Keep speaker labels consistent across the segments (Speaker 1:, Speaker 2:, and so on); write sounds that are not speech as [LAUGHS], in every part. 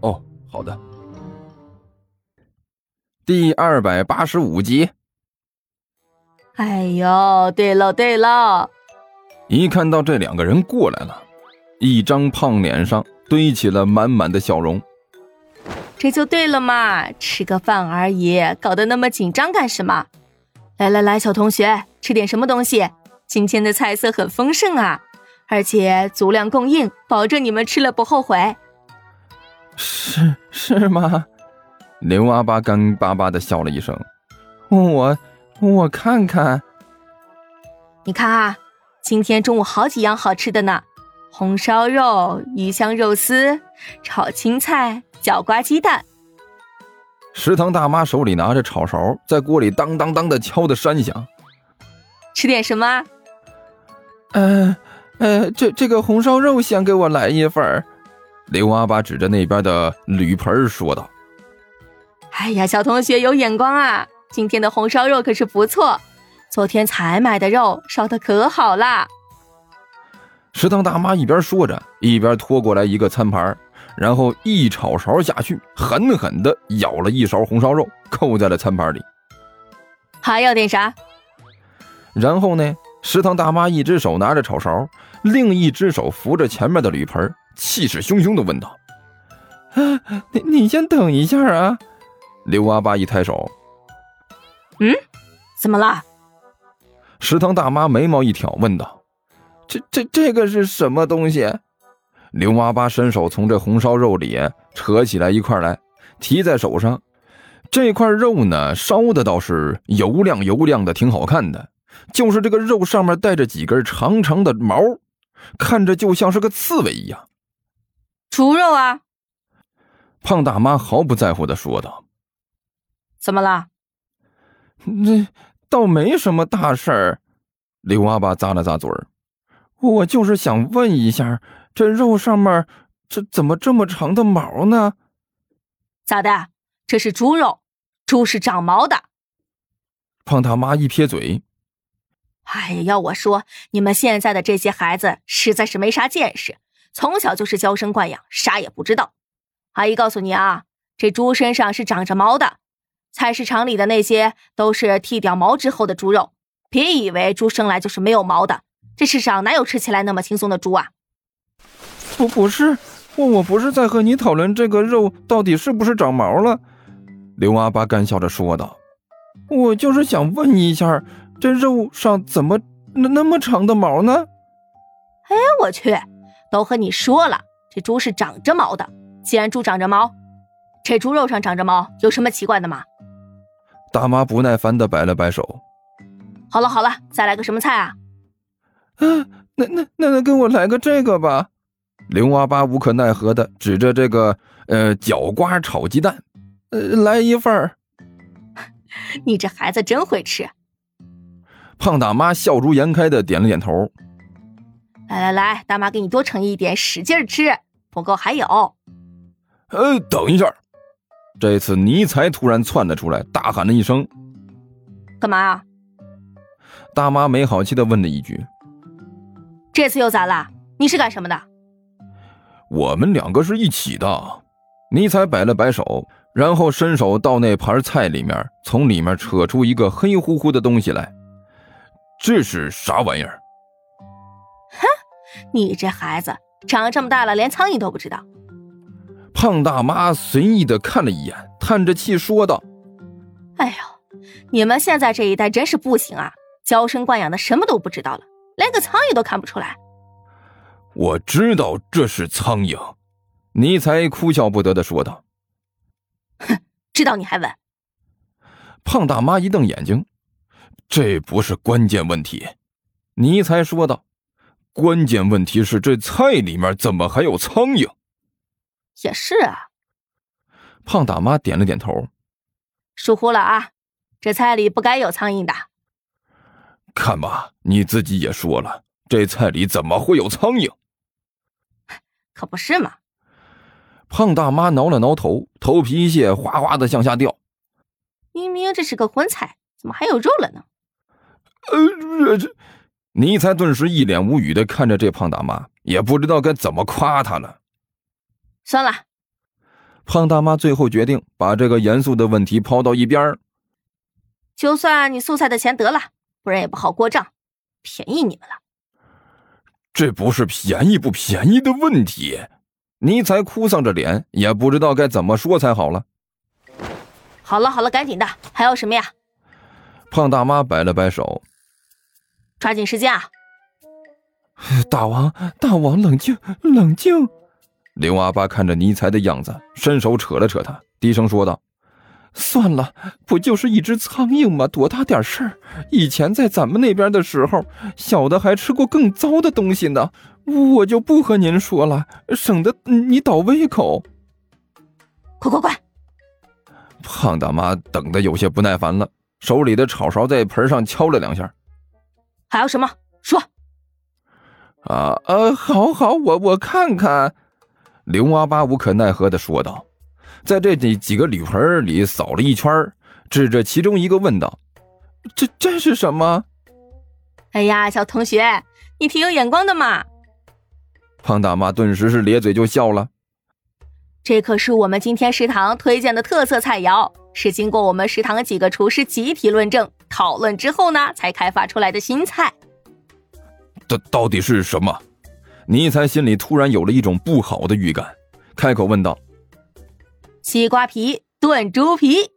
Speaker 1: 哦，好的。第二百八十五集，
Speaker 2: 哎呦，对喽对喽，
Speaker 1: 一看到这两个人过来了，一张胖脸上堆起了满满的笑容。
Speaker 2: 这就对了嘛，吃个饭而已，搞得那么紧张干什么？来来来，小同学，吃点什么东西？今天的菜色很丰盛啊，而且足量供应，保证你们吃了不后悔。
Speaker 1: 是是吗？刘阿巴干巴巴的笑了一声。我我看看，
Speaker 2: 你看啊，今天中午好几样好吃的呢：红烧肉、鱼香肉丝、炒青菜、角瓜鸡蛋。
Speaker 1: 食堂大妈手里拿着炒勺，在锅里当当当的敲的山响。
Speaker 2: 吃点什么啊？
Speaker 1: 呃呃，这这个红烧肉先给我来一份儿。刘阿巴指着那边的铝盆说道
Speaker 2: 哎呀，小同学有眼光啊！今天的红烧肉可是不错，昨天才买的肉，烧的可好啦。：“
Speaker 1: 食堂大妈一边说着，一边拖过来一个餐盘儿，然后一炒勺下去，狠狠地舀了一勺红烧肉，扣在了餐盘里。
Speaker 2: 还要点啥？
Speaker 1: 然后呢，食堂大妈一只手拿着炒勺，另一只手扶着前面的铝盆儿，气势汹汹地问道：‘啊，你你先等一下啊！’刘阿巴一抬手，
Speaker 2: 怎么了？
Speaker 1: 食堂大妈眉毛一挑，问道：“这、这、这个是什么东西？”刘阿巴伸手从这红烧肉里扯起来一块来，提在手上。这块肉呢，烧的倒是油亮油亮的，挺好看的。就是这个肉上面带着几根长长的毛，看着就像是个刺猬一样。
Speaker 2: 猪肉啊？
Speaker 1: 胖大妈毫不在乎地说道
Speaker 2: 怎么了？：“
Speaker 1: 这倒没什么大事儿。”刘阿巴咂了咂嘴儿：“我就是想问一下，这肉上面这怎么这么长的毛呢
Speaker 2: 咋的？这是猪肉，猪是长毛的。？”
Speaker 1: 胖大妈一撇嘴
Speaker 2: 哎呀，要我说，你们现在的这些孩子实在是没啥见识，从小就是娇生惯养，啥也不知道。阿姨告诉你啊，这猪身上是长着毛的，菜市场里的那些都是剃掉毛之后的猪肉。别以为猪生来就是没有毛的，这世上哪有吃起来那么轻松的猪啊？：“
Speaker 1: 不，不是，我我不是在和你讨论这个肉到底是不是长毛了。”刘阿巴干笑着说道：“我就是想问一下，这肉上怎么那那么长的毛呢？”
Speaker 2: 哎，我去，都和你说了，这猪是长着毛的。既然猪长着毛，这猪肉上长着毛，有什么奇怪的吗？
Speaker 1: 大妈不耐烦地摆了摆手。
Speaker 2: 好了好了，再来个什么菜啊？ [LAUGHS]
Speaker 1: 啊，那那那那给我来个这个吧。刘阿巴无可奈何的指着这个呃角瓜炒鸡蛋，呃，来一份儿。
Speaker 2: 你这孩子真会吃。
Speaker 1: 胖大妈笑逐颜开的点了点头。
Speaker 2: 来来来，大妈给你多盛一点，使劲儿吃，不够还有。
Speaker 1: 呃，等一下，这次尼才突然窜了出来，大喊了一声。
Speaker 2: 干嘛啊？
Speaker 1: 大妈没好气的问了一句
Speaker 2: 这次又咋啦？你是干什么的？：“
Speaker 1: 我们两个是一起的。”尼才摆了摆手，然后伸手到那盘菜里面，从里面扯出一个黑乎乎的东西来。这是啥玩意儿？
Speaker 2: 你这孩子长这么大了，连苍蝇都不知道。
Speaker 1: 胖大妈随意的看了一眼，叹着气说道
Speaker 2: 哎呦，你们现在这一代真是不行啊，娇生惯养的，什么都不知道了，连个苍蝇都看不出来。：“
Speaker 1: 我知道这是苍蝇。”尼才哭笑不得的说道。
Speaker 2: 知道你还问？
Speaker 1: 胖大妈一瞪眼睛：“这不是关键问题。”尼才说道：“关键问题是这菜里面怎么还有苍蝇
Speaker 2: 也是啊，
Speaker 1: 胖大妈点了点头。
Speaker 2: 疏忽了啊，这菜里不该有苍蝇的。
Speaker 1: 看吧，你自己也说了，这菜里怎么会有苍蝇？
Speaker 2: 可不是嘛。
Speaker 1: 胖大妈挠了挠头，头皮屑哗哗的向下掉。
Speaker 2: 明明这是个荤菜，怎么还有肉了呢？
Speaker 1: 呃，这这，尼才顿时一脸无语的看着这胖大妈，也不知道该怎么夸她了。
Speaker 2: 算了，
Speaker 1: 胖大妈最后决定把这个严肃的问题抛到一边儿。
Speaker 2: 就算你素菜的钱得了，不然也不好过账，便宜你们了。
Speaker 1: 这不是便宜不便宜的问题。尼才哭丧着脸，也不知道该怎么说才好了。
Speaker 2: 好了好了，赶紧的，还要什么呀？
Speaker 1: 胖大妈摆了摆手，
Speaker 2: 抓紧时间啊！
Speaker 1: 大王，大王，冷静，冷静。刘阿八看着尼才的样子，伸手扯了扯他，低声说道：“算了，不就是一只苍蝇吗？多大点事儿？以前在咱们那边的时候，小的还吃过更糟的东西呢。我就不和您说了，省得你倒胃口。”
Speaker 2: 快快快！
Speaker 1: 胖大妈等得有些不耐烦了，手里的炒勺在盆上敲了两下。
Speaker 2: 还有什么？说。
Speaker 1: 啊呃，好好，我我看看。刘阿八无可奈何的说道，在这几几个铝盆里扫了一圈，指着其中一个问道：“这这是什么
Speaker 2: 哎呀，小同学，你挺有眼光的嘛！？”
Speaker 1: 胖大妈顿时是咧嘴就笑了。
Speaker 2: 这可是我们今天食堂推荐的特色菜肴，是经过我们食堂几个厨师集体论证、讨论之后呢，才开发出来的新菜。
Speaker 1: 到到底是什么？尼才心里突然有了一种不好的预感，开口问道。
Speaker 2: 西瓜皮炖猪皮，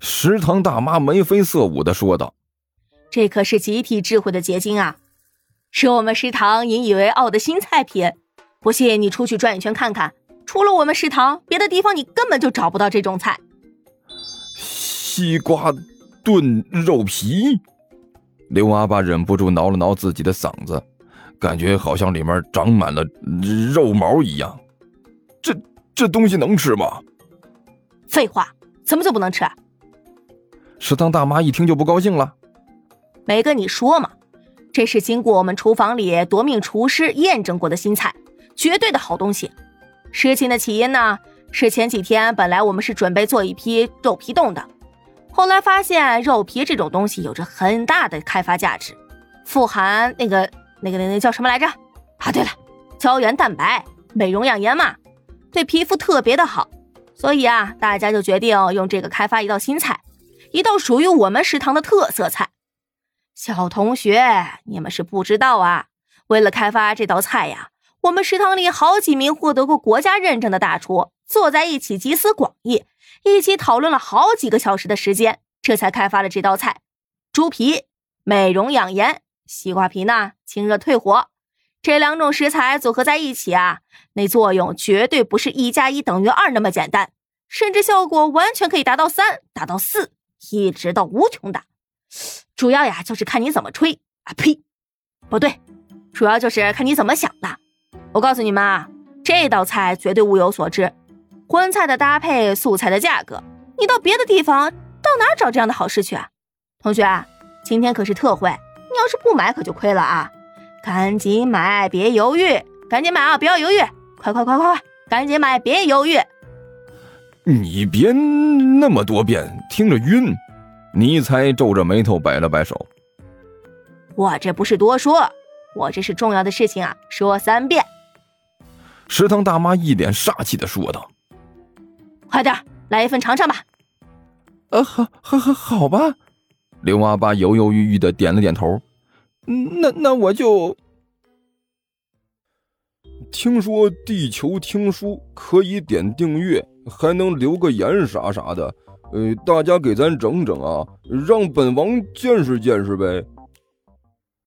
Speaker 1: 食堂大妈眉飞色舞的说道
Speaker 2: 这可是集体智慧的结晶啊，是我们食堂引以为傲的新菜品。不信你出去转一圈看看，除了我们食堂，别的地方你根本就找不到这种菜。：“
Speaker 1: 西瓜炖肉皮。”刘阿八忍不住挠了挠自己的嗓子，感觉好像里面长满了肉毛一样。这这东西能吃吗？
Speaker 2: 废话，怎么就不能吃啊？
Speaker 1: 食堂大妈一听就不高兴了。
Speaker 2: 没跟你说嘛，这是经过我们厨房里夺命厨师验证过的新菜，绝对的好东西。事情的起因呢，是前几天本来我们是准备做一批肉皮冻的，后来发现肉皮这种东西有着很大的开发价值，富含那个那个那个叫什么来着？啊，对了，胶原蛋白、美容养颜嘛，对皮肤特别的好。所以啊，大家就决定用这个开发一道新菜，一道属于我们食堂的特色菜。小同学，你们是不知道啊，为了开发这道菜呀，我们食堂里好几名获得过国家认证的大厨坐在一起集思广益，一起讨论了好几个小时的时间，这才开发了这道菜。猪皮美容养颜，西瓜皮呢清热退火，这两种食材组合在一起啊，那作用绝对不是一加一等于二那么简单，甚至效果完全可以达到三，达到四，一直到无穷大。主要呀就是看你怎么吹啊！呸，不对，主要就是看你怎么想的。我告诉你们啊，这道菜绝对物有所值，荤菜的搭配，素菜的价格，你到别的地方到哪儿找这样的好事去啊？同学啊，今天可是特惠，你要是不买可就亏了啊！赶紧买，别犹豫，赶紧买啊，不要犹豫，快快快快快，赶紧买，别犹豫。
Speaker 1: 你别那么多遍，听着晕。尼才皱着眉头摆了摆手。
Speaker 2: 我这不是多说，我这是重要的事情啊，说三遍。
Speaker 1: 食堂大妈一脸煞气的说道
Speaker 2: 快点儿来一份尝尝吧。：“
Speaker 1: 呃，好，好，好，好吧。”刘阿八犹犹豫豫的点了点头。嗯那那我就听说地球听书可以点订阅，还能留个言啥啥的。呃，大家给咱整整啊，让本王见识见识呗。